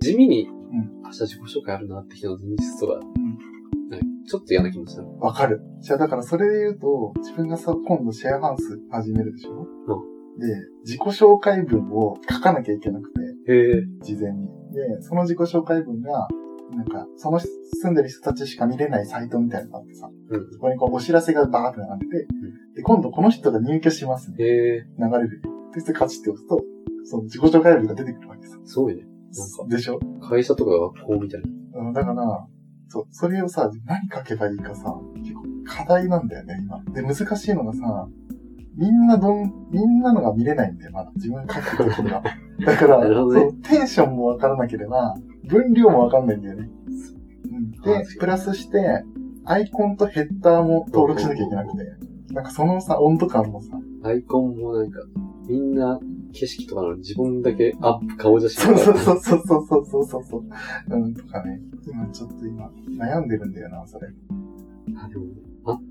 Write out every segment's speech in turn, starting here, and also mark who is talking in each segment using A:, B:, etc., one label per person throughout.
A: 地味に、
B: ん
A: 明日自己紹介あるなって人の前日とか、
B: ん
A: なんかちょっと嫌な気持ちだ。
B: わかる。じゃあだからそれで言うと、自分がさ、今度シェアハウス始めるでしょで、自己紹介文を書かなきゃいけなくて、
A: へえ。
B: 事前に。で、その自己紹介文が、なんか、その人住んでる人たちしか見れないサイトみたいなのがあってさ、
A: うん。
B: そこにこうお知らせがバーって並んでて、で、今度この人が入居しますね。
A: へえ。
B: 流れる。で、それカチって押すと、その自己紹介文が出てくるわけさ。
A: すごいね。
B: でしょ
A: 会社とか学校みたいな。
B: うんだから、そう、それをさ、何書けばいいかさ、結構課題なんだよね、今。で、難しいのがさ、みんなどん、みんなのが見れないんだよ、まだ。自分が書くと ころが。だから、
A: なるほどね
B: そうテンションもわからなければ、分量もわかんないんだよね。うん
A: あ
B: で
A: そ、う
B: プラスして、アイコンとヘッダーも登録しなきゃいけなくて。なんかそのさ、温度感もさ、
A: アイコンもなんか、みんな景色とかなのに自分だけアップ顔写真
B: そうそ
A: う。
B: うそうそうそうそうそうそううん、とかね。今ちょっと今、悩んでるんだよな、それ。
A: あでも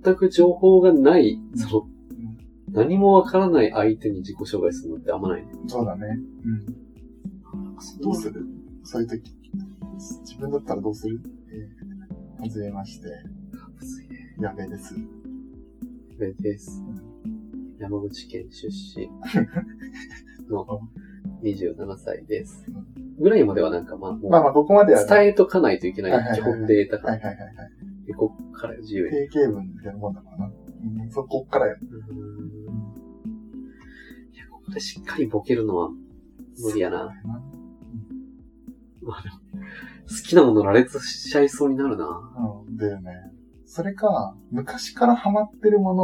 A: 全く情報がない、その、何もわからない相手に自己紹介するのってあんまないね。
B: そうだね。うん。どうするそういう時。自分だったらどうするえー、はじめまして、やべです。
A: これです。山口県出 身の27歳です。ぐらいまではなんかまあもう、
B: まあまあ、ここまでは、ね、
A: 伝えとかないといけ
B: はいはい
A: な
B: はい
A: い基本データ
B: はい
A: が。
B: はいはいはい。
A: で、こっから自由に。
B: 定型文みたいなもんだからな。うん、そこからよ。
A: いや、ここでしっかりボケるのは無理やな。好きなもの羅列しちゃいそうになるな。
B: うん、だよね。それか、昔からハマってるもの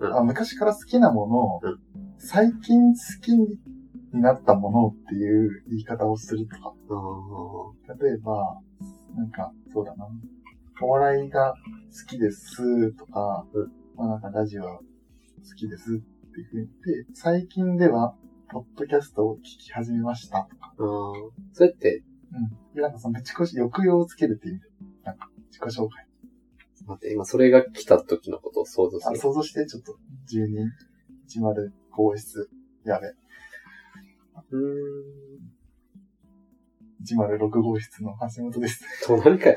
A: う
B: を、
A: ん
B: あ昔から好きなもの
A: う
B: を、最近好きになったものっていう言い方をするとか。
A: あー
B: 例えば、なんか、そうだな。お笑いが好きですとか、
A: うん
B: まあなんかラジオ好きですっていうふうに言って、最近では、ポッドキャストを聞き始めましたとか。
A: あー。そうやって、
B: うん。で、なんかその、自己、抑揚をつけるっていう意味で、なんか、自己紹介。
A: 待って、今それが来た時のことを想像す
B: あ、
A: る。
B: 想像して、ちょっと、12、10、5室、やべ、
A: うーん。
B: 106号室の橋本です。
A: 隣かよ。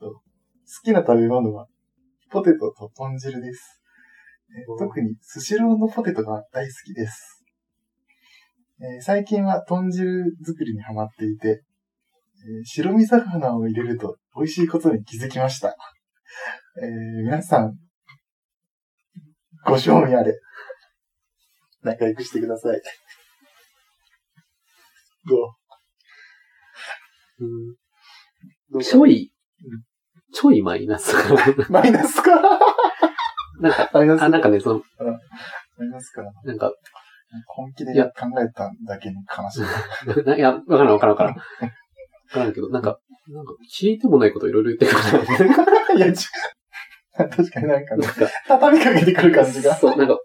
B: 好きな食べ物は、ポテトと豚汁です。えー
A: うん
B: 特にスシローのポテトが大好きです。えー最近は豚汁作りにハマっていて、えー白身魚を入れると美味しいことに気づきました。えー皆さん、ご賞味あれ。仲良くしてください。ど
A: うん
B: うどうか
A: ちょい
B: うん、
A: ちょいマイナス。
B: マイナスか
A: なんか、
B: マイナ ス
A: あ、なんかね、その、
B: マイナスか。
A: なんか、
B: 本気で
A: いや
B: 考えただけに悲しい。
A: ないや、わからんわからんわからん。わからんけど、なんか、なんか聞いてもないこといろいろ言ってくる。
B: いや、ち確かになんか、
A: なん、
B: ね
A: か、
B: 畳みかけてくる感じが。
A: そう、なんか、あ、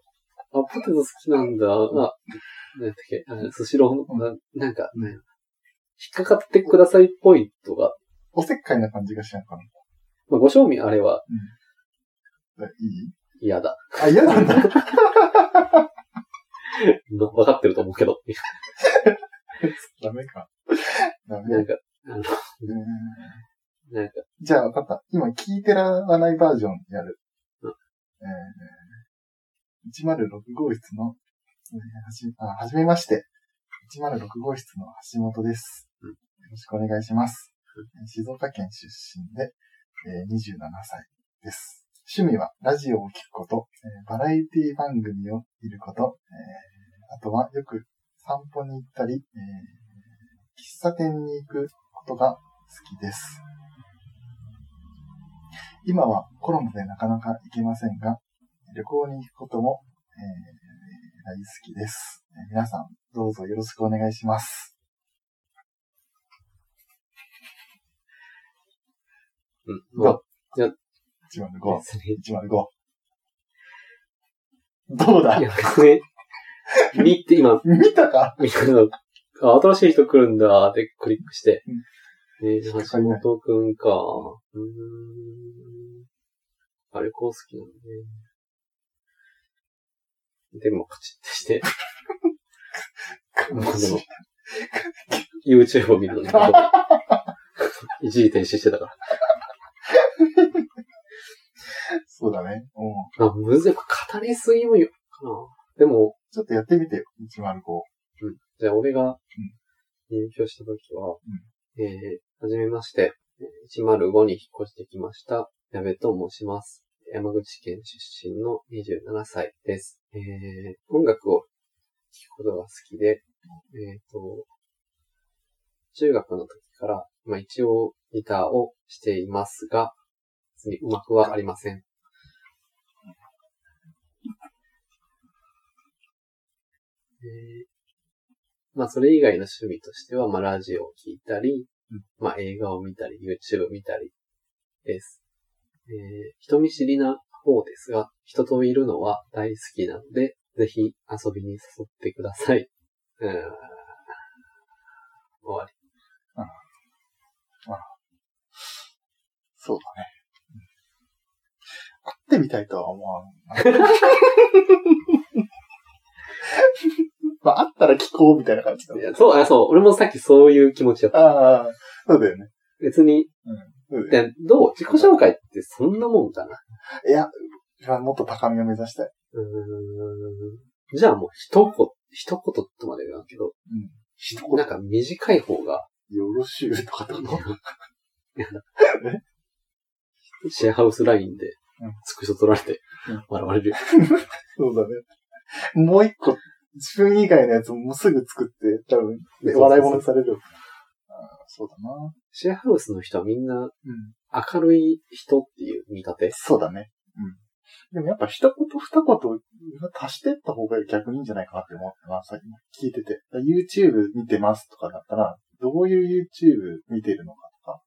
A: ポテト好きなんだ、あ、なんだっけ、あスシローの、ななんか、
B: うん
A: 引っかかってくださいっぽいとか、
B: おせっかいな感じがしなかっ
A: まあ、ご賞味あれは
B: た。いい
A: 嫌だ。
B: あ、嫌なんだ。
A: まあわかってると思うけど。
B: ダメか。ダメ
A: な
B: だ
A: んか、あの、
B: ね。
A: なんか、
B: じゃあ分かった。今、聞いてらないバージョンやる。
A: うん
B: えー、106号室の、えーはじ、あ、はじめまして。106号室の橋本です。
A: うん
B: よろしくお願いします。えー静岡県出身で、えー27歳です。趣味はラジオを聞くこと、えーバラエティ番組を見ること、えーあとはよく散歩に行ったり、えー喫茶店に行くことが好きです。今はコロナでなかなか行けませんが、旅行に行くことも、えー大好きです。えー皆さん、どうぞよろしくお願いします。
A: うん、まあ、
B: 105、
A: 別に、
B: 105。どうだ
A: いや、ね、見て、今、
B: 見たか
A: 見たの、あ、新しい人来るんだってクリックして。えー、
B: 引っかか
A: 橋
B: りない
A: 本くんか。うーん。あれ、こう好きなのね。でもカチッとして、
B: 悲しい
A: YouTube を見るのに、 一時停止してたから。
B: そうだね。うん。
A: あ、むずい。これ語りすぎもよ、かな。でも、
B: ちょっとやってみてよ、105。
A: じゃあ俺が入居したときは、えー、はじめまして、105に引っ越してきました、矢部と申します。山口県出身の27歳です。えー、音楽を聴くことが好きで、えっ、と、中学の時から、まあ一応ギターをしていますが、別にうまくはありません。えーまあ、それ以外の趣味としては、まあ、ラジオを聞いたり、
B: うん
A: まあ、映画を見たり、YouTube を見たりです。えー人見知りな方ですが、人といるのは大好きなので、ぜひ遊びに誘ってください。 うーん。終わり。
B: そうだね。うん会ってみたいとは思わん。 まあ、あったら聞こうみたいな感じだ
A: い。やそう、あ、そう、俺もさっきそういう気持ちだった。
B: ああ、そうだよね。
A: 別に、
B: そうだよね
A: でどう自己紹介ってそんなもんかな。
B: いや、自分はもっと高みを目指したい。
A: うーん。じゃあもう一言、一言とまで言わんけど、
B: うん。一言
A: なんか短い方が
B: よろしゅうとかってこと
A: シェアハウスラインで
B: うん、
A: スクショ取られて
B: うん、
A: 笑われるよ。
B: そうだね。もう一個、自分以外のやつもすぐ作って、多分、で
A: そうそうそう
B: 笑い物にされる。ああそうだな。
A: シェアハウスの人はみんな
B: うん。
A: 明るい人っていう見立て。
B: そうだね。うん。でもやっぱ一言二言足してった方が逆にいいんじゃないかなって思ってます。今聞いてて。YouTube 見てますとかだったら、どういう YouTube 見てるのかとか、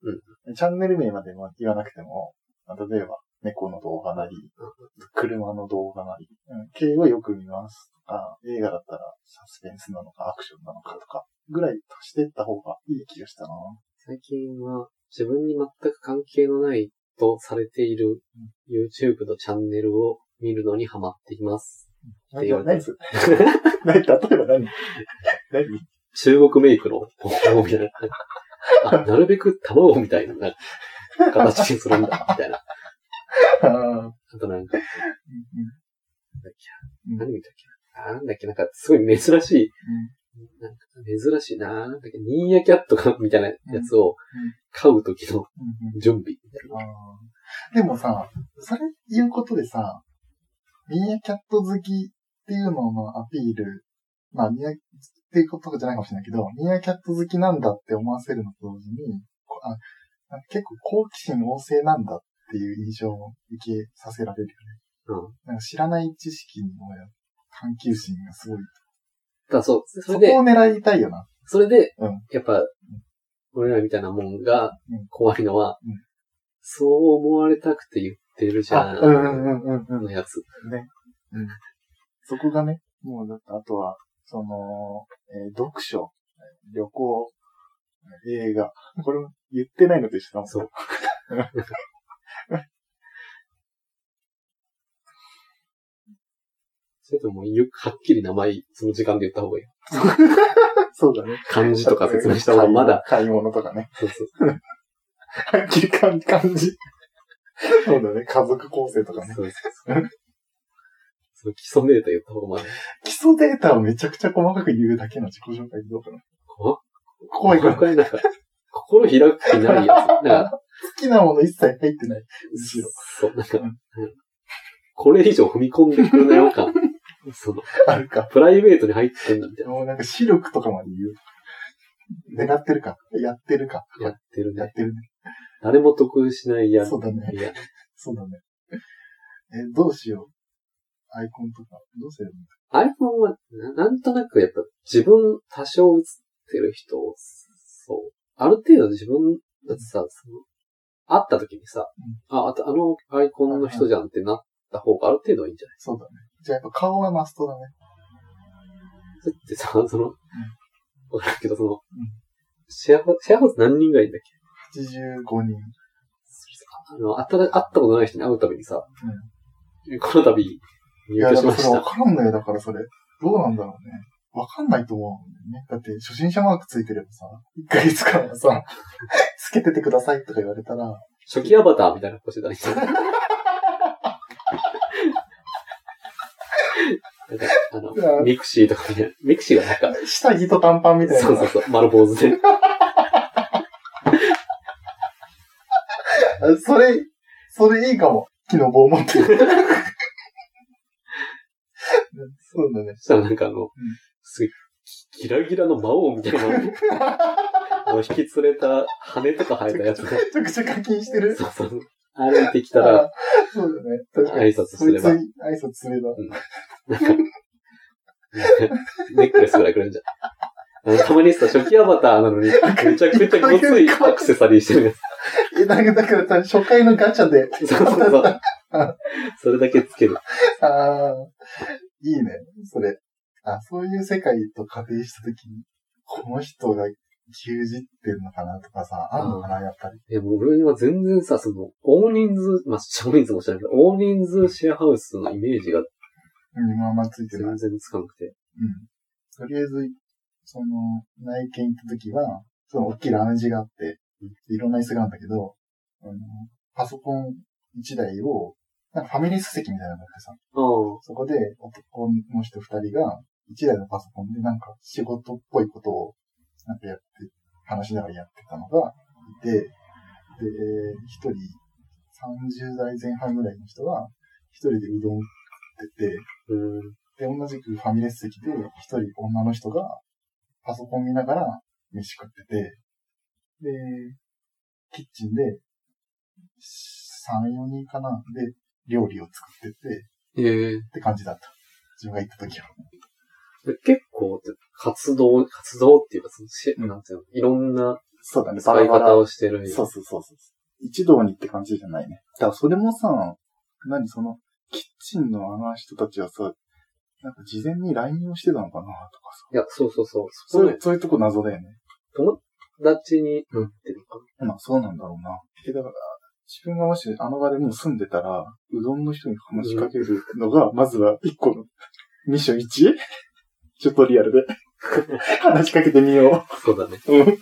B: チャンネル名までは言わなくても、例えば猫の動画なり、車の動画なり、うん、系はよく見ますとか、映画だったらサスペンスなのかアクションなのかとか、ぐらい足してった方がいい気がしたな。
A: 最近は自分に全く関係のないとされている YouTube のチャンネルを見るのにハマっています。って言われた
B: 何それ 何例えば何 何
A: 中国メイクの方法みたいな。 あ、なるべく卵みたいななんか形にするんだ、みたいな。
B: あー
A: あとなんか、
B: う
A: 何見たっけななんだっけなんかすごい珍しいなんか珍しいななんだっけ、ニーヤキャットかみたいなやつを
B: ん
A: 飼う時の
B: んうんうん
A: 準備みたいな。
B: あーでもさ、それ言うことでさ、ミーアキャット好きっていうののアピール、まあ、ミーア、っていうことじゃないかもしれないけど、ミーアキャット好きなんだって思わせるのと同時に、こあなんか結構好奇心旺盛なんだっていう印象を受けさせられるよね。なんか知らない知識の探求心がすごい。
A: ただそう、そ
B: そ
A: れ
B: こ
A: で
B: を、狙いたいよな。
A: それで
B: うん、
A: やっぱ、俺らみたいなもんが
B: うん
A: 怖いのは
B: うん、
A: そう思われたくて言ってるじゃ。
B: あ、うんうんうんんうんうん。
A: のやつ。
B: ね。うん。そこがね、もうだって、あとは、その、えー読書、旅行、映画。これも言ってないのと一緒だもん。
A: そう。それとも、ゆはっきり名前、その時間で言った方がいい。
B: そうだね。
A: 漢字とか説明した方がま だ、
B: 買い物。買い物とかね。
A: そうそう
B: はっきり感じ。そうだね。家族構成とかね。
A: そうそうそう。その基礎データ言った方がまだ、
B: 基礎データをめちゃくちゃ細かく言うだけの自己紹介どうかな。
A: 怖っ
B: 怖いから。好
A: 怖なんか、心開く気ないやつ。なんか、
B: きなもの一切入ってない。むしろ。
A: そう、なんか、
B: うん
A: これ以上踏み込んでくるなよ 感。その、
B: あるか。
A: プライベートに入ってんだみたい
B: もうなんか視力とかまで言う。狙ってるか。やってるか。
A: な。やってる
B: や
A: ね
B: っ。てる
A: 誰も得しないや。
B: そうだね
A: いや、
B: そうだね。え、どうしよう。アイコンとか、どうすればいい
A: iPhone はな、なんとなくやっぱ自分多少映ってる人を、そう。ある程度自分、だってさ、その、会った時にさ、あ、あとあのアイコンの人じゃんってなった方がある程度はいいんじゃない
B: そうだね。じゃあやっぱ顔はマストだね。
A: だってさ、その、わからんけどその、シェアハウス、シェアハウス何人ぐらいいんだっけ
B: 85人。
A: あの、あたら会ったことない人に会うたびにさ、この度、
B: い
A: 入
B: や、
A: 居
B: だ
A: し
B: から
A: まし
B: それわ
A: た。
B: からんのよ、だからそれ。どうなんだろうね。わかんないと思うんだよね。だって、初心者マークついてればさ、1ヶ月間はさ、 つけててくださいとか言われたら、
A: 初期アバターみたいなことしてた りした。なんか、あの、ミクシーとかみたいな。ミクシーがなんか、
B: 下着と短パンみたいな。
A: そうそうそう、丸坊 主で。
B: あそれ、それいいかも。木の棒持って る。そうだね。
A: そしたらなんかあの、すごい、ギラギラの魔王みたいな、 あの、引き連れた羽とか生えたやつが、
B: めちゃくちゃ課金してる。
A: そうそうそう、歩いてきたら、
B: あ そうだね。確かに。
A: 挨拶すれば
B: そいつに挨拶すれば。
A: ネックレスぐらいくれるんじゃん。あのたまにさ、初期アバターなのに、めちゃくちゃごついアクセサリーしてるや
B: え、だだからさ、初回のガチャで、
A: つ。そうそうそう。それだけつける。
B: ああ、いいね、それ。あ、そういう世界と仮定したときに、この人が牛耳ってるのかなとかさ、あんのかな、やっぱり。
A: いや、もう俺は全然さ、その、大人数、まあ、少人数も知らないけど、大人数シェアハウスのイメージが
B: うん、まあまあついてる。う
A: 全
B: ん。
A: 然つかなくて。
B: とりあえず、その、内見行ったときは、その大きいラウンジがあって、いろんな椅子があるんだけど、あのパソコン1台を、なんかファミレス席みたいなのがあってさ、
A: ああ、
B: そこで男の人二人が一台のパソコンでなんか仕事っぽいことをなんかやって、話しながらやってたのがいて、で、一人30代前半ぐらいの人が一人でうどん食ってて、
A: うん。
B: で、同じくファミレス席で一人女の人がパソコン見ながら飯食ってて、で、キッチンで3、4人かなで料理を作ってて、
A: ええ
B: って感じだった。自分が行った時は。
A: 結構、活動、活動っていうか、そのし、
B: うん
A: なんていうの、いろんな
B: そうだね、
A: 使い方をしてる。
B: そうそうそうそう。一堂にって感じじゃないね。だからそれもさ、何その、キッチンのあの人たちはさ、なんか事前に LINE をしてたのかなとかさ。
A: いや、そうそうそう。そ
B: そう
A: こ
B: いう、そういうとこ謎だよね。
A: 友達になってるのか
B: まあそうなんだろうな。え、だから、自分がもしあの場でもう住んでたら、うどんの人に話しかけるのが、まずは一個の、ミッション 1? チュートリアルで。話しかけてみよ
A: な。そうだね。
B: う。うん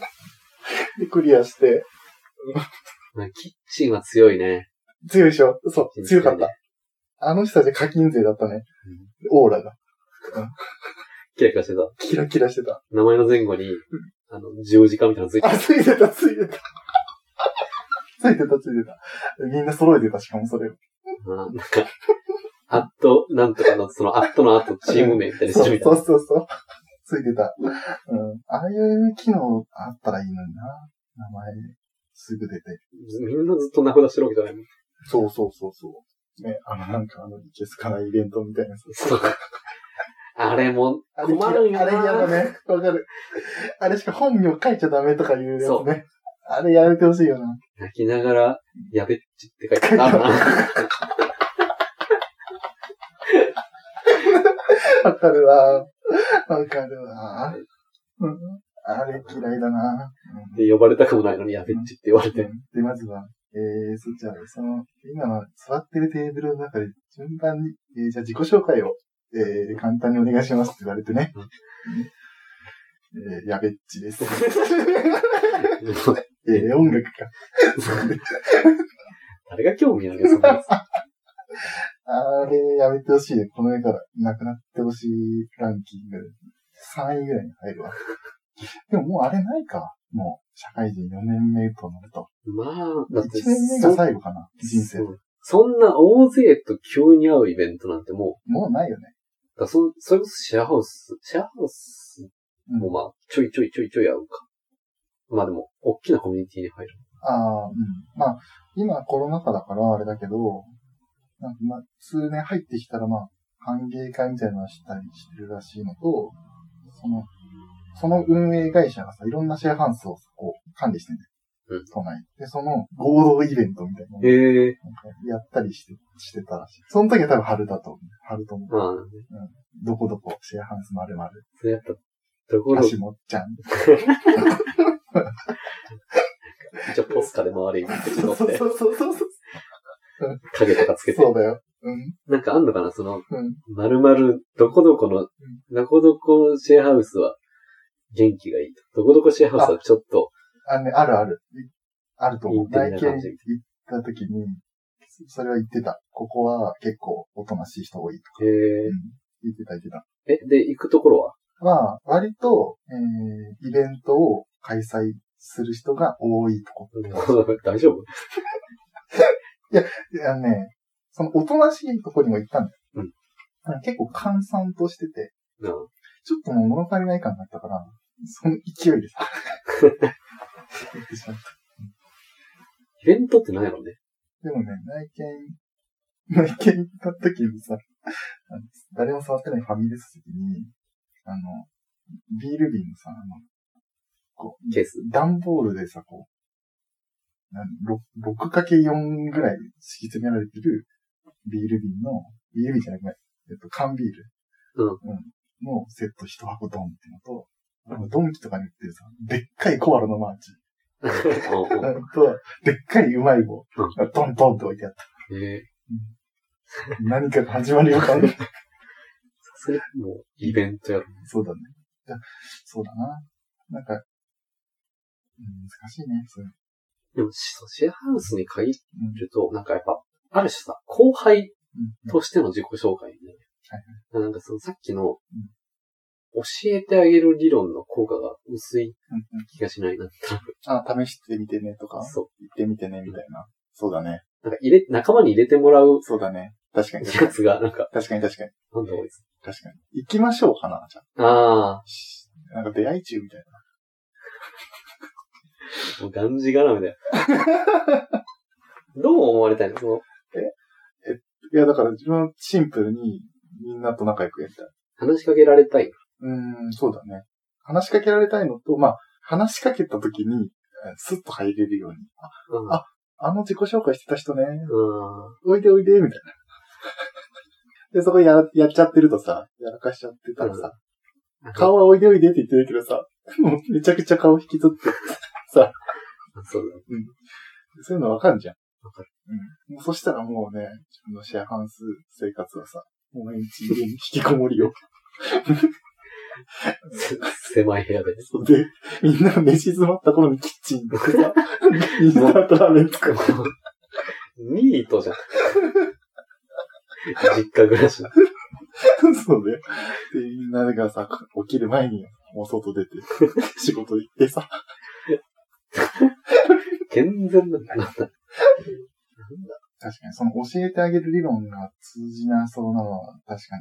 B: で、クリアして、
A: まあキッチンは強いね。
B: 強いでしょそう、
A: キッチン
B: 強
A: ね
B: かった。あの人たち課金勢だったね。オーラが。
A: キラキラしてた。
B: キラキラしてた。
A: 名前の前後に、あの、十字架みたいなのついて
B: あ、ついてた、ついてた。 ついてた、ついてた。みんな揃えてた、しかもそれを。
A: たな。なんか、アット、なんとかの、その、アットの後、チーム名みたいに
B: そう
A: するみ
B: そ
A: たいうな。
B: そうそう。ついてた。うん。ああいう機能あったらいいのにな。名前、すぐ出て。
A: みんなずっと名札してるわけじゃないもん。
B: そうそうそうそう。ね、あの、なんかあの、いけすかないイベントみたいなやつ。
A: そうあれも、
B: あれ、
A: 困るん
B: あ
A: やな
B: れ嫌だね。わかる。あれしか本名書いちゃダメとかいうや
A: そ
B: つね。あれやめてほしいよな。
A: 泣きながら、やべっちって書いてあるな。
B: わかるわ。わかるわ。うんあれ嫌いだな。
A: で、呼ばれたくもないのに、やべっちって言われ
B: で
A: て。、
B: まずは、えー、そじゃあ、その、今の座ってるテーブルの中で順番に、えーじゃあ自己紹介を、えー、簡単にお願いしますって言われてね。えー、やべっちです。 えー、音楽か。
A: 誰が興味あるよ、そんなやつ
B: あれ、やめてほしいね。この世から、なくなってほしいランキング。3位ぐらいに入るわ。でももうあれないか。もう、社会人4年目となると。
A: まあ、だ
B: 1
A: って、
B: 年目が最後かな。人生
A: そ。うそんな大勢と急に会うイベントなんても
B: もうないよね。
A: う、だそそれこそシェアハウス、シェアハウス
B: うん
A: もまあ、ちょいちょいちょいちょい会うか。まあでも、大きなコミュニティに入る。
B: ああ、うん。まあ、今コロナ禍だからあれだけど、なんかまあ、数年入ってきたらまあ、歓迎会みたいなのをしたりしてるらしいのと、その、その運営会社がさ、いろんなシェアハウスをこう管理してる、
A: うん
B: 都内。で、その合同イベントみたいなのを
A: ええ
B: なんかやったりして、してたらしい。その時は多分春だと思う。春と思う。
A: まあ、ね、
B: どこどこ、シェアハウスまるまる。
A: それやっぱ、どこどこ、
B: 足もっちゃん。
A: 一応ポスカで回り、口
B: そう
A: 乗っ
B: そう
A: て、
B: そうそうそう。
A: 影とかつけて
B: そ。うだよ。うん。
A: なんかあんのかなその、
B: うん。
A: まるまる、どこどこの、どこどこシェアハウスは元気がいいと。どこどこシェアハウスはちょっと、
B: あのね、あるある。あると思う。
A: インテリ
B: 内
A: な
B: 見行
A: 感
B: っ
A: じ
B: た時に、それは言ってた。ここは結構おとなしい人多いとか。
A: え
B: うん。言ってた言ってた。
A: え、で、行くところは
B: まあ、割と、えー、イベントを開催する人が多いとこ。
A: 大丈夫
B: あのね、そのおとなしいとこにも行ったんだよ。
A: うん
B: なんか結構閑散としてて、
A: なあ
B: ちょっともう物足りない感だったから、その勢いでさ、行ってしまった。
A: イベントって何やろうね。
B: でもね、内見、内見行った時にさ、あの誰も触ってないファミレス席に、あの、ビール瓶のさ、あの、こう、
A: ケース。
B: 段ボールでさ、こう、なん 6×4 ぐらい敷き詰められてるビール瓶の、ビール瓶じゃなくない、えっと、缶ビール。
A: うん
B: のセット一箱ドンってのと、あのドンキとかに売ってるさ、でっかいコアラのマーチ。
A: うんうん
B: あと、でっかいうまい棒
A: うん
B: がドンドンって置いてあった。
A: えー
B: 何かが始まりを感じる。
A: さすがにもう、イベントやろ。
B: そうだね。いやそうだな。なんか、うん難しいね、それ。
A: でも、シシェアハウスに限ると、なんかやっぱ、ある種さ、後輩
B: うん
A: としての自己紹介になるなんかそのさっきの
B: うん、
A: 教えてあげる理論の効果が薄い
B: うんうん
A: 気がしないな。
B: あ、試してみてねとか、行
A: そ
B: ってみてねみたいな。そうだね。
A: う。なんか入れ、仲間に入れてもらう
B: そうだね。確かに。確
A: や
B: か
A: つが、なんか、
B: に確かに。
A: なんだこいつ。
B: 確かに。行きましょうかな、じゃ
A: あ
B: あ。なんか出会い中みたいな。
A: あ、もうがんじがらめだ よ。どう思われたいのその、
B: いや、だから自分はシンプルにみんなと仲良くやりたい。
A: 話しかけられたい。
B: うーん、そうだね。話しかけられたいのと、まあ、話しかけた時に、えースッと入れるように。あ
A: うん。
B: ああの自己紹介してた人ね。
A: うん
B: おいでおいで、みたいな。で、そこやら、やっちゃってるとさ、やらかしちゃってたらさ、
A: なんか
B: 顔はおいでおいでって言ってるけどさ、もうめちゃくちゃ顔引き取って、
A: そうだね。
B: そういうのわかるじゃん。
A: わか
B: る。うん。もうそしたらもうね、自分のシェアハウス生活はさ、もう毎日家に引きこもりよ。
A: せ狭い部屋で。
B: で、みんな寝静まった頃にキッチンとかさ、インスタントラーメン作る。
A: ニートじゃん。実家暮らしの。
B: そうね。で、みんながさ、起きる前にもう外出て、仕事行ってさ、
A: 健全なんだな。
B: 確かに、その教えてあげる理論が通じなそうなのは確か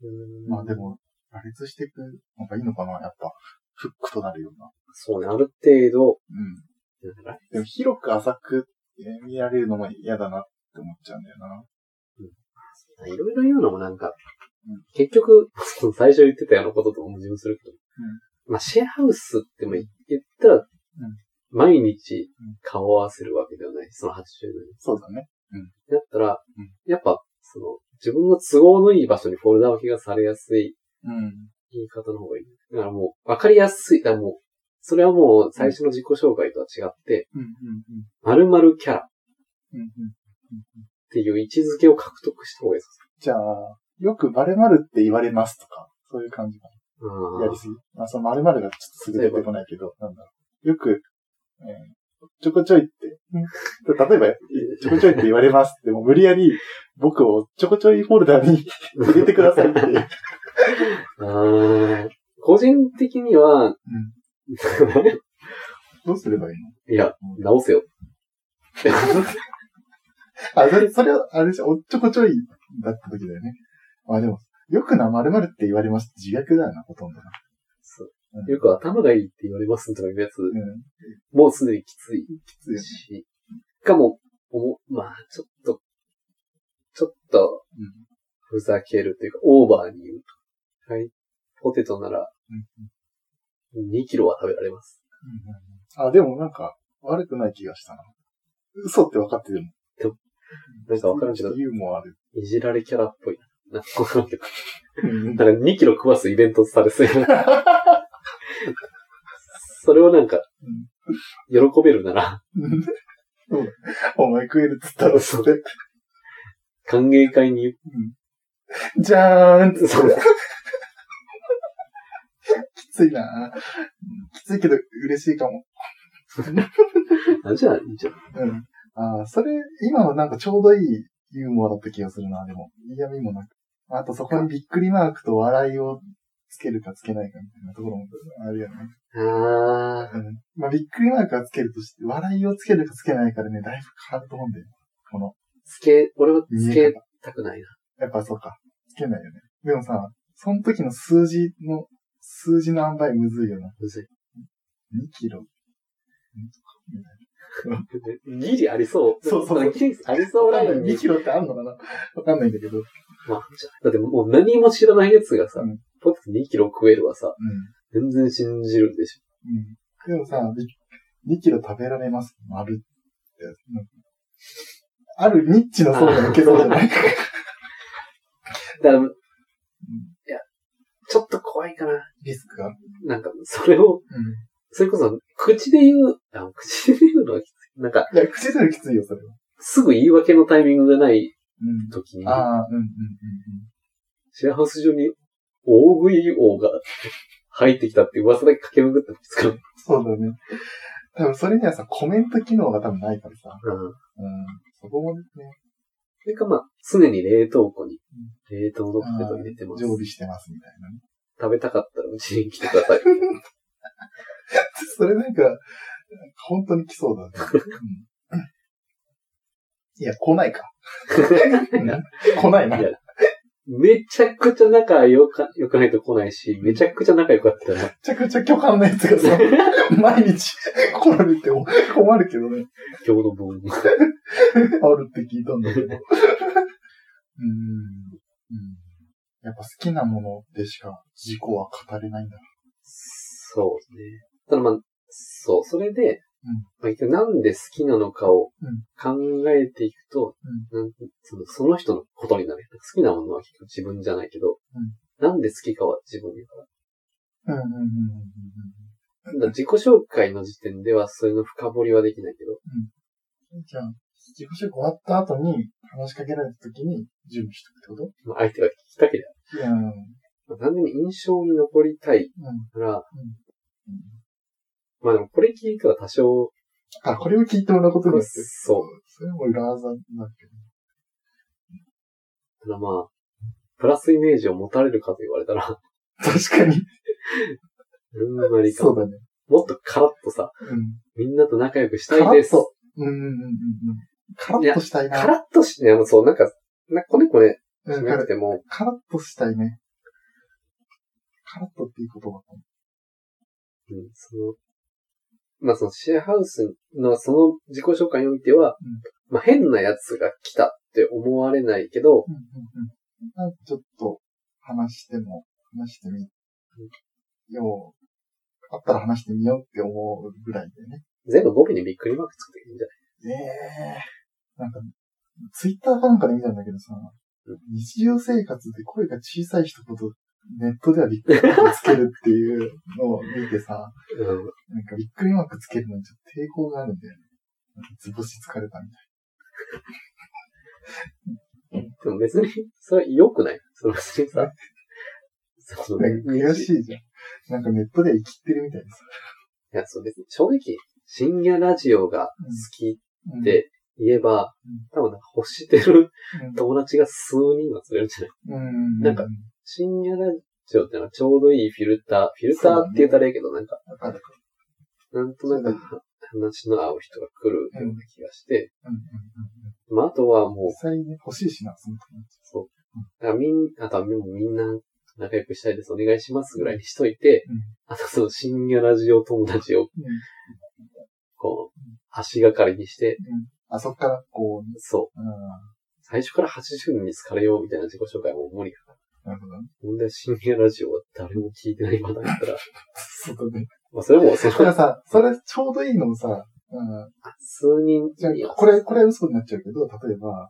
B: に。まあでも、羅列していくのがいいのかな、やっぱ。フックとなるような。
A: そうね、ある程度、
B: うん。
A: なんか
B: でも広く浅くえー見られるのも嫌だなって思っちゃうんだよな。
A: いろいろ言うのもなんか
B: うん、
A: 結局、その最初言ってたようなことと矛盾するけど、まあシェアハウスっても言ったら、毎日顔を合わせるわけではない、その80
B: そうだね。
A: 年。だったら
B: うん、
A: やっぱ、その、自分の都合のいい場所にフォルダ分けがされやすい
B: うん。
A: 言い方の方がいい。だからもう、わかりやすい。だからもう、それはもう最初の自己紹介とは違って、
B: うん、うん、
A: 〇〇キャラっ
B: うん。うん、うん。
A: ていう位置づけを獲得した方がいいです。
B: じゃあ、よく〇〇って言われますとか、そういう感じかな。やりすぎ。まあ、その〇〇がちょっとすぐ出てこないけど、なんだろう。よく、えーちょこちょいって、 例えば、ちょこちょいって言われますって、もう無理やり僕をちょこちょいフォルダに入れてくださいっていう。
A: あー個人的には、
B: どうすればいい
A: いや、直 せよ。
B: のあ、それ、それは、あれでしょ、おっちょこちょいだった時だよね。まあでも、よくな〇〇って言われますって自虐だよな、ほとんどな。
A: そう
B: うん
A: よく頭がいいって言われますとかいうやつ、
B: うん。
A: もうすでにきつい
B: きついよね。
A: し、かも、おまあ、ちょっと、ちょっと、
B: うん。
A: ふざけるというか、オーバーに言うと。はい。ポテトなら、2キロは食べられます。
B: あ、でもなんか、悪くない気がしたな。嘘って分かってる
A: でも
B: も
A: なんか分からんけど
B: ユーモアある。
A: いじられキャラっぽいな。なんかわからんけど、
B: うん
A: なんか2キロ食わすイベントされそうや なそれをなんか、喜べるなら、
B: お前食えるっつったろ、それ。
A: 歓迎会に、
B: じゃーんつって
A: そう。
B: きついなぁきついけど嬉しいかも。
A: あ、じゃあ、いいじゃん。
B: うん。ああ、それ、今のなんかちょうどいいユーモアだった気がするな、でも。嫌味もなく。あとそこにびっくりマークと笑いをつけるかつけないかみたいなところもあるよね。
A: あ
B: うん。まあ、びっくりマークはつけるとして、笑いをつけるかつけないかでね、だいぶ変わると思うんだよ。この、
A: ー、つけ、俺はつ
B: 見
A: け
B: え方。
A: たくないな。
B: やっぱそうか。つけないよね。でもさ、その時の数字の、数字の塩梅むずいよな。
A: むずい。
B: 2キロ。
A: ギリありそう。
B: そうそうそう
A: ギリありそうラインに
B: 2キロってあんのかなわかんないんだけど。うん。
A: まあ、だってもう何も知らないやつがさ、
B: うん
A: ポテト2キロ食えるはさ、全然信じるでし
B: うん。でもさ、2キロ食べられます。丸って。うんあるニッチな層が受けそうじゃな い
A: ょ。だから、いや、ちょっと怖いかな。
B: リスクが。
A: なんか、それを、
B: う
A: それこそ、口で言う、あ、口で言うのはきつい。なんか、
B: ん。いや、口ではきついよ、それは。
A: すぐ言い訳のタイミングがない
B: うん。
A: 時に、
B: ああ、うんうんうん
A: シェアハウス上に大食い王が入ってきたって噂だけ駆け巡ってもきつかった。
B: うん。そうだね。多分それにはさ、コメント機能が多分ないからさ。
A: うん。
B: うん。そこもね、
A: それかまあ、常に冷凍庫に、冷凍のポテト入れてます
B: 常。備してますみたいなね。
A: 食べたかったらうちに来てください。
B: それなんか、本当に来そうだね。うんいや、来ない か。来ないな。
A: いやめちゃくちゃ仲良か良くないと来ないし、めちゃくちゃ仲良かったら、
B: めちゃくちゃ巨漢のやつがさ、 毎日来られても困るけどね。
A: 今日の分。
B: あるって聞いたんだけど。うん。うんやっぱ好きなものでしか事故は語れないんだ。
A: そうね。ただまあ、そう、それで、
B: うん
A: まあ、一応なんで好きなのかを
B: うん
A: 考えていくと、なんそのその人のことになる。好きなものは結局自分じゃないけど、
B: うん
A: なんで好きかは自分だから。
B: うんうんうんうんうん
A: ただ自己紹介の時点ではそれの深掘りはできないけど、
B: うん。じゃあ、自己紹介終わった後に話しかけられた時に準備してくってこ
A: まあ、相手が聞きたけれ
B: といやーうん。
A: ば、まあ、何でも印象に残りたいから、
B: うん
A: まあでもこれ聞いたら多少、
B: あ、これを聞いてもらうことによって。
A: そう、
B: それも裏技になるけど。
A: ただまあ、プラスイメージを持たれるかと言われたら、あ
B: 確かに。
A: んまりか
B: そ
A: も。
B: うだね。
A: もっとカラッとさ、
B: うん。
A: みんなと仲良くしたいです
B: カ。ラッと。うんうんうんうんうん。カラッとしたいな。
A: カラッとして、ね、そう、なんか、なんかこねこね
B: う
A: し
B: ん
A: な
B: カ
A: く
B: ラ
A: ても、
B: カラッとしたいね。カラッとっていう言葉かも。
A: うん、その、まあそのシェアハウスのその自己紹介においては、
B: うん
A: まあ変なやつが来たって思われないけど、
B: うんうんうん。なんかちょっと話しても、話してみよう。あったら話してみようって思うぐらいでね。
A: 全部語尾にびっくりマークつけていいんじゃない
B: ええなんか、ツイッターかなんかで見たんだけどさ
A: うん、
B: 日常生活で声が小さい人ほどネットではびっくりマークつけるっていうのを見てさ、
A: うん。
B: なんかびっくりマークつけるのにちょっと抵抗があるんだよね。なんか図星疲れたみたい
A: でも別に、それ良くないその別にさ、そ
B: な。なんか悔しいじゃん。なんかネットでは生きてるみたいです。
A: いや、そう別に、正直、深夜ラジオが好き
B: うん
A: って言えば、
B: う
A: 多分なんか欲してる友達が数人は釣れるんじゃない
B: うん。
A: なんか深夜ラジオってのはちょうどいいフィルター、フィルターって言ったらいいけど、なんか、
B: わかる。
A: なんとなく話の合う人が来るような気がして、
B: うんうんうん
A: まあ、あとは
B: うん。実
A: もう、
B: 際に欲しいしな、その友達。
A: そう、あみん、あとはもうみんな仲良くしたいです、お願いしますぐらいにしといて、
B: うん
A: あとその深夜ラジオ友達を、
B: うん
A: こう、足がかりにして、
B: あそっから、こう、
A: そう、
B: うん。
A: 最初から80人に好かれようみたいな自己紹介はもう無理かな。
B: なるほどね。
A: ほんで、深夜ラジオは誰も聞いてないまだだったら、
B: そうだね。
A: まあ、それも、そ
B: だから
A: の、
B: さ、それちょうどいいのもさ、うん。
A: 数人
B: じゃ
A: には
B: あ、これ、これは嘘になっちゃうけど、例えば、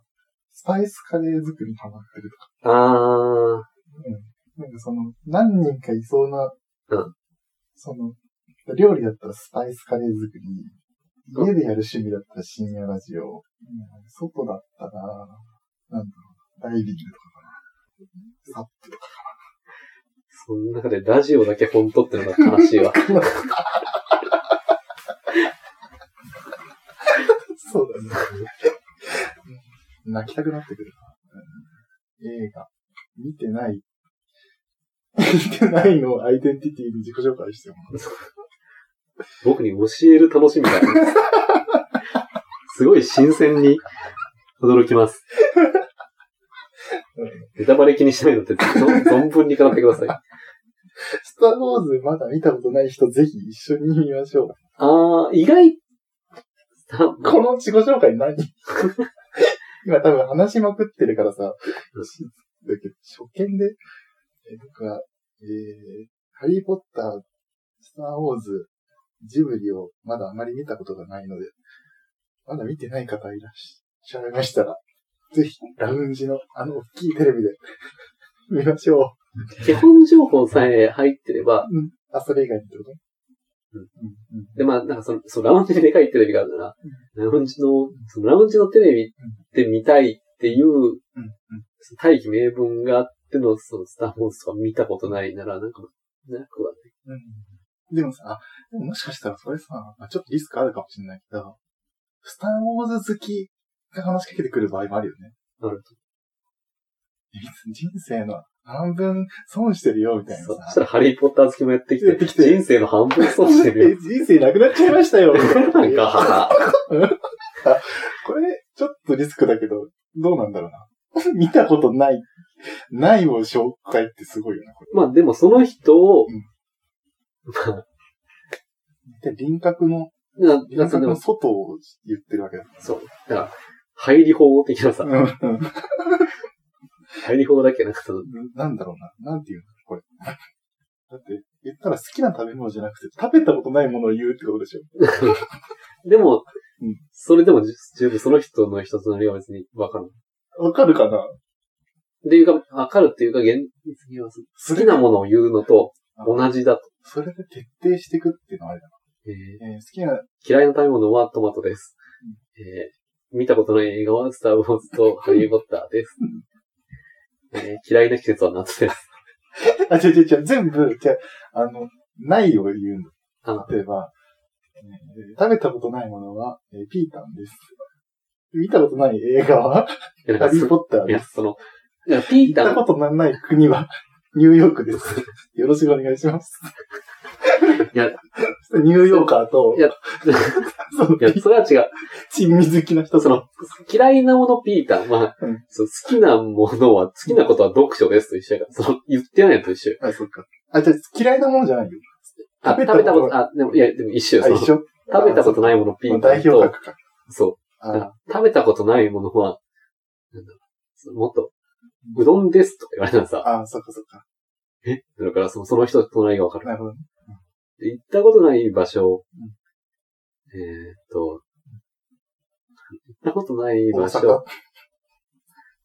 B: スパイスカレー作りにハマってるとか、
A: あー、
B: なんかその、何人かいそうな、
A: うん
B: その、料理だったらスパイスカレー作り、家でやる趣味だったら深夜ラジオ、うん、外だったら、なんだろう、ダイビングとかかな。サップとか。
A: その中でラジオだけ本当ってのが悲しいわ。
B: そうだね。泣きたくなってくるな。うん映画。見てない。見てないのをアイデンティティに自己紹介しても
A: 僕に教える楽しみがある。すごい新鮮に驚きます。ネタバレ気にしないのってど存分に語ってください。
B: スター・ウォーズまだ見たことない人、ぜひ一緒に見ましょう。
A: あー、意外、た
B: この自己紹介何 今多分話しまくってるからさ、だけど初見で、えなんか、えー、ハリー・ポッター、スター・ウォーズ、ジブリをまだあまり見たことがないので、まだ見てない方いらっしゃいましたら、ぜひ、ラウンジのあの大きいテレビで見ましょう。
A: 基本情報さえ入ってれば、
B: うん。あ、それ以外にってこと
A: うん
B: うん。うん。
A: で、まあ、なんかその、そのラウンジででかいテレビがあるなら、ラウンジの、そのラウンジのテレビで見たいっていう、
B: うん。
A: その大義名分があっての、そのスター・ウォーズとか見たことないなら、なんか、なくはない。
B: うん。でもさ、でももしかしたらそれさ、まあちょっとリスクあるかもしれないけど、スター・ウォーズ好きが話しかけてくる場合もあるよね。
A: ある
B: え人生の半分損してるよ、みたいな
A: そうそし
B: さ
A: た。ら、ハリー・ポッター好きもやってき、
B: やっててきて
A: 人生の半分損してる
B: え
A: よ。
B: 人生なくなっちゃいましたよ、みたい な
A: なんか、はは
B: これ、ちょっとリスクだけど、どうなんだ ろうな。見たことない、ないを紹介ってすごいよな、これ。
A: まあ、でもその人を、
B: うん
A: まあ
B: で輪郭の、
A: な、な
B: 輪
A: んか
B: 郭
A: で
B: の
A: も、
B: 外を言ってるわけだ。
A: そう。だから、入り法的なさ、
B: うんうん
A: 入り法だっけなんかその、
B: なんだろうな。なんていうのこれ。 だって、言ったら好きな食べ物じゃなくて、食べたことないものを言うってことでしょ。
A: でも
B: うん、
A: それでもじ十分その人の人となりは別にわかる。
B: わかるかな
A: っていうか、わかるっていうか、現実にはそ
B: そ
A: 好
B: れ
A: きなものを言うのと同じだと。
B: それで徹底していくっていうのはあれだ
A: えー
B: な。えー好きな、
A: 嫌いな食べ物はトマトです。えー見たことない映画はスター・ウォーズとハリー・ポッターです。えー嫌いな季節は夏です。
B: あ、違う違う違う、全部、じゃああの、ないを言うの。
A: あ
B: 例えば、えー食べたことないものは、えーピータンです。見たことない映画は、
A: いや、な
B: ハ
A: んか
B: リー・ポッター
A: そい
B: で
A: や
B: す。
A: その、いやピー
B: 行
A: タ
B: った
A: ン、
B: ことのない国は、 ニューヨーク です。よろしくお願いします。
A: いや、い
B: ニューヨーカーと
A: い、や、
B: その
A: や、それは違う。
B: 珍味好きな人
A: そ
B: と
A: の、嫌いなものピータンは、
B: うん
A: そう好きなものは、好きなことは読書ですと一緒やから、その、言ってないのと一緒よ
B: あ、そっか。あ、じゃあ嫌いなものじゃないよ。
A: あ
B: 食べた
A: 食べた
B: こと
A: こと、あ、でも、いや、でも一緒よ。
B: あ、
A: その
B: 一緒。
A: 食べたことないものピ
B: まあ
A: ータ
B: 代
A: ン
B: 表
A: と、
B: 格か。
A: そう。
B: あ
A: 食べたことないものは、なんだろうもっと、うどんですとか言われたらさ、
B: あ、そっかそっか。
A: だからそのその人と隣がわかる。
B: なるほどね。
A: で行ったことない場所
B: うん、
A: えーっと、行ったことない
B: 大
A: 場
B: 阪
A: 所、。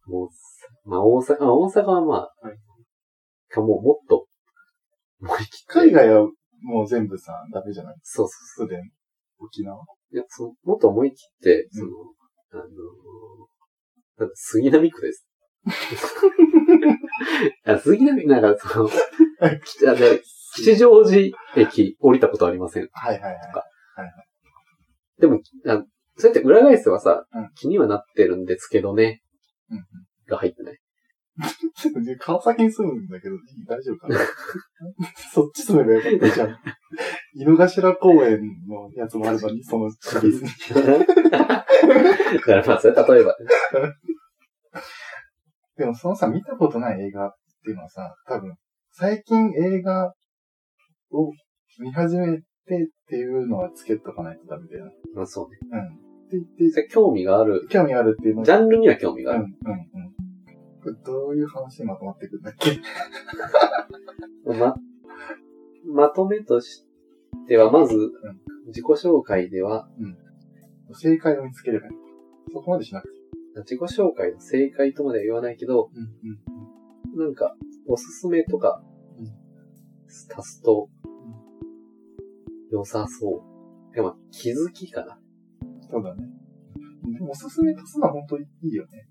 A: もう、まあ大阪、あ大阪はまあ、
B: はい
A: かもうもっと、もう行き
B: 海外はもう全部さ、ダメじゃない
A: そうそうそ
B: スウェーデン、沖縄。
A: う。いや、そのもっと思い切って、
B: うん
A: その、あのー、なんか杉並区 です。 あ杉並、なんかその、 きあで吉祥寺駅降りたことありません。
B: はいはいはい。
A: でも、あそうやって裏返せばさ、
B: うん
A: 気にはなってるんですけどね、
B: うんうん
A: が入ってない。
B: ちょっとね川崎に住むんだけど、大丈夫かな そっち住めばよかったじゃん。井の頭公園のやつもあればね、そのシリーズに。
A: だからまあ、それ例えば、
B: でもそのさ、見たことない映画っていうのはさ、多分、最近映画を見始めてっていうのはつけとかないとダメだよね。
A: まあそうね。
B: うん。って言って、
A: それ興味がある、
B: 興味あるっていうの
A: ジャンルには興味があ
B: うん、う
A: る。
B: ん、うん。これどういう話にまとまってくるんだっけ
A: ま、まとめとしては、まず
B: ん、
A: 自己紹介では、
B: 正解を見つければいい。そこまでしなくて。
A: 自己紹介の正解とまでは言わないけど、
B: うん、う
A: な
B: ん、
A: んか、おすすめとか
B: うん、
A: 足すと、良さそう。でも、気づきかな。
B: そうだね。でもおすすめ足すのは本当にいいよね。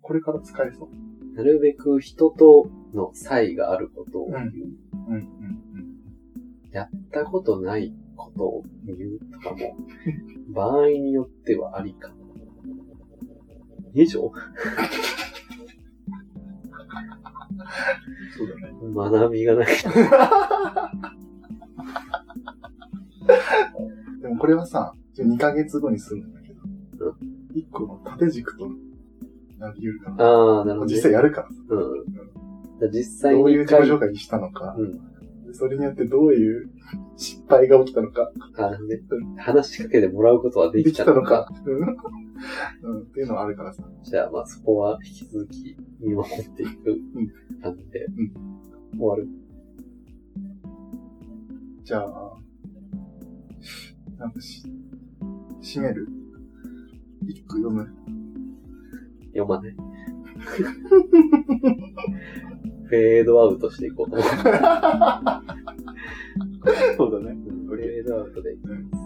B: これから使えそう。
A: なるべく人との差異があることを言う。
B: うん、うん、うん。
A: やったことないことを言うとかも、 場合によってはありかな。以 上
B: そうだね。
A: 学びがない。
B: でもこれはさ、2ヶ月後にするんだけど
A: う、
B: 1個の縦軸となり得るから、
A: ああ、なるほど、ね。
B: 実際やるから、
A: うん。実際
B: どういう
A: に
B: 自己
A: 回
B: 紹介にしたのか、
A: うん。
B: それによってどういう失敗が起きたのか、
A: あのね、話しかけてもらうことはで
B: で
A: き
B: きた
A: た
B: の
A: の
B: か
A: か。、
B: うん、うんっていうのはあるからさ。
A: じゃあ、まあそこは引き続き見守っていく感じで、
B: ん
A: 終わる。
B: じゃあ、なんかし、締める一句読む。
A: 読まない。 フェードアウト していこうと思う。
B: そうだね。
A: フェードアウトでいきます。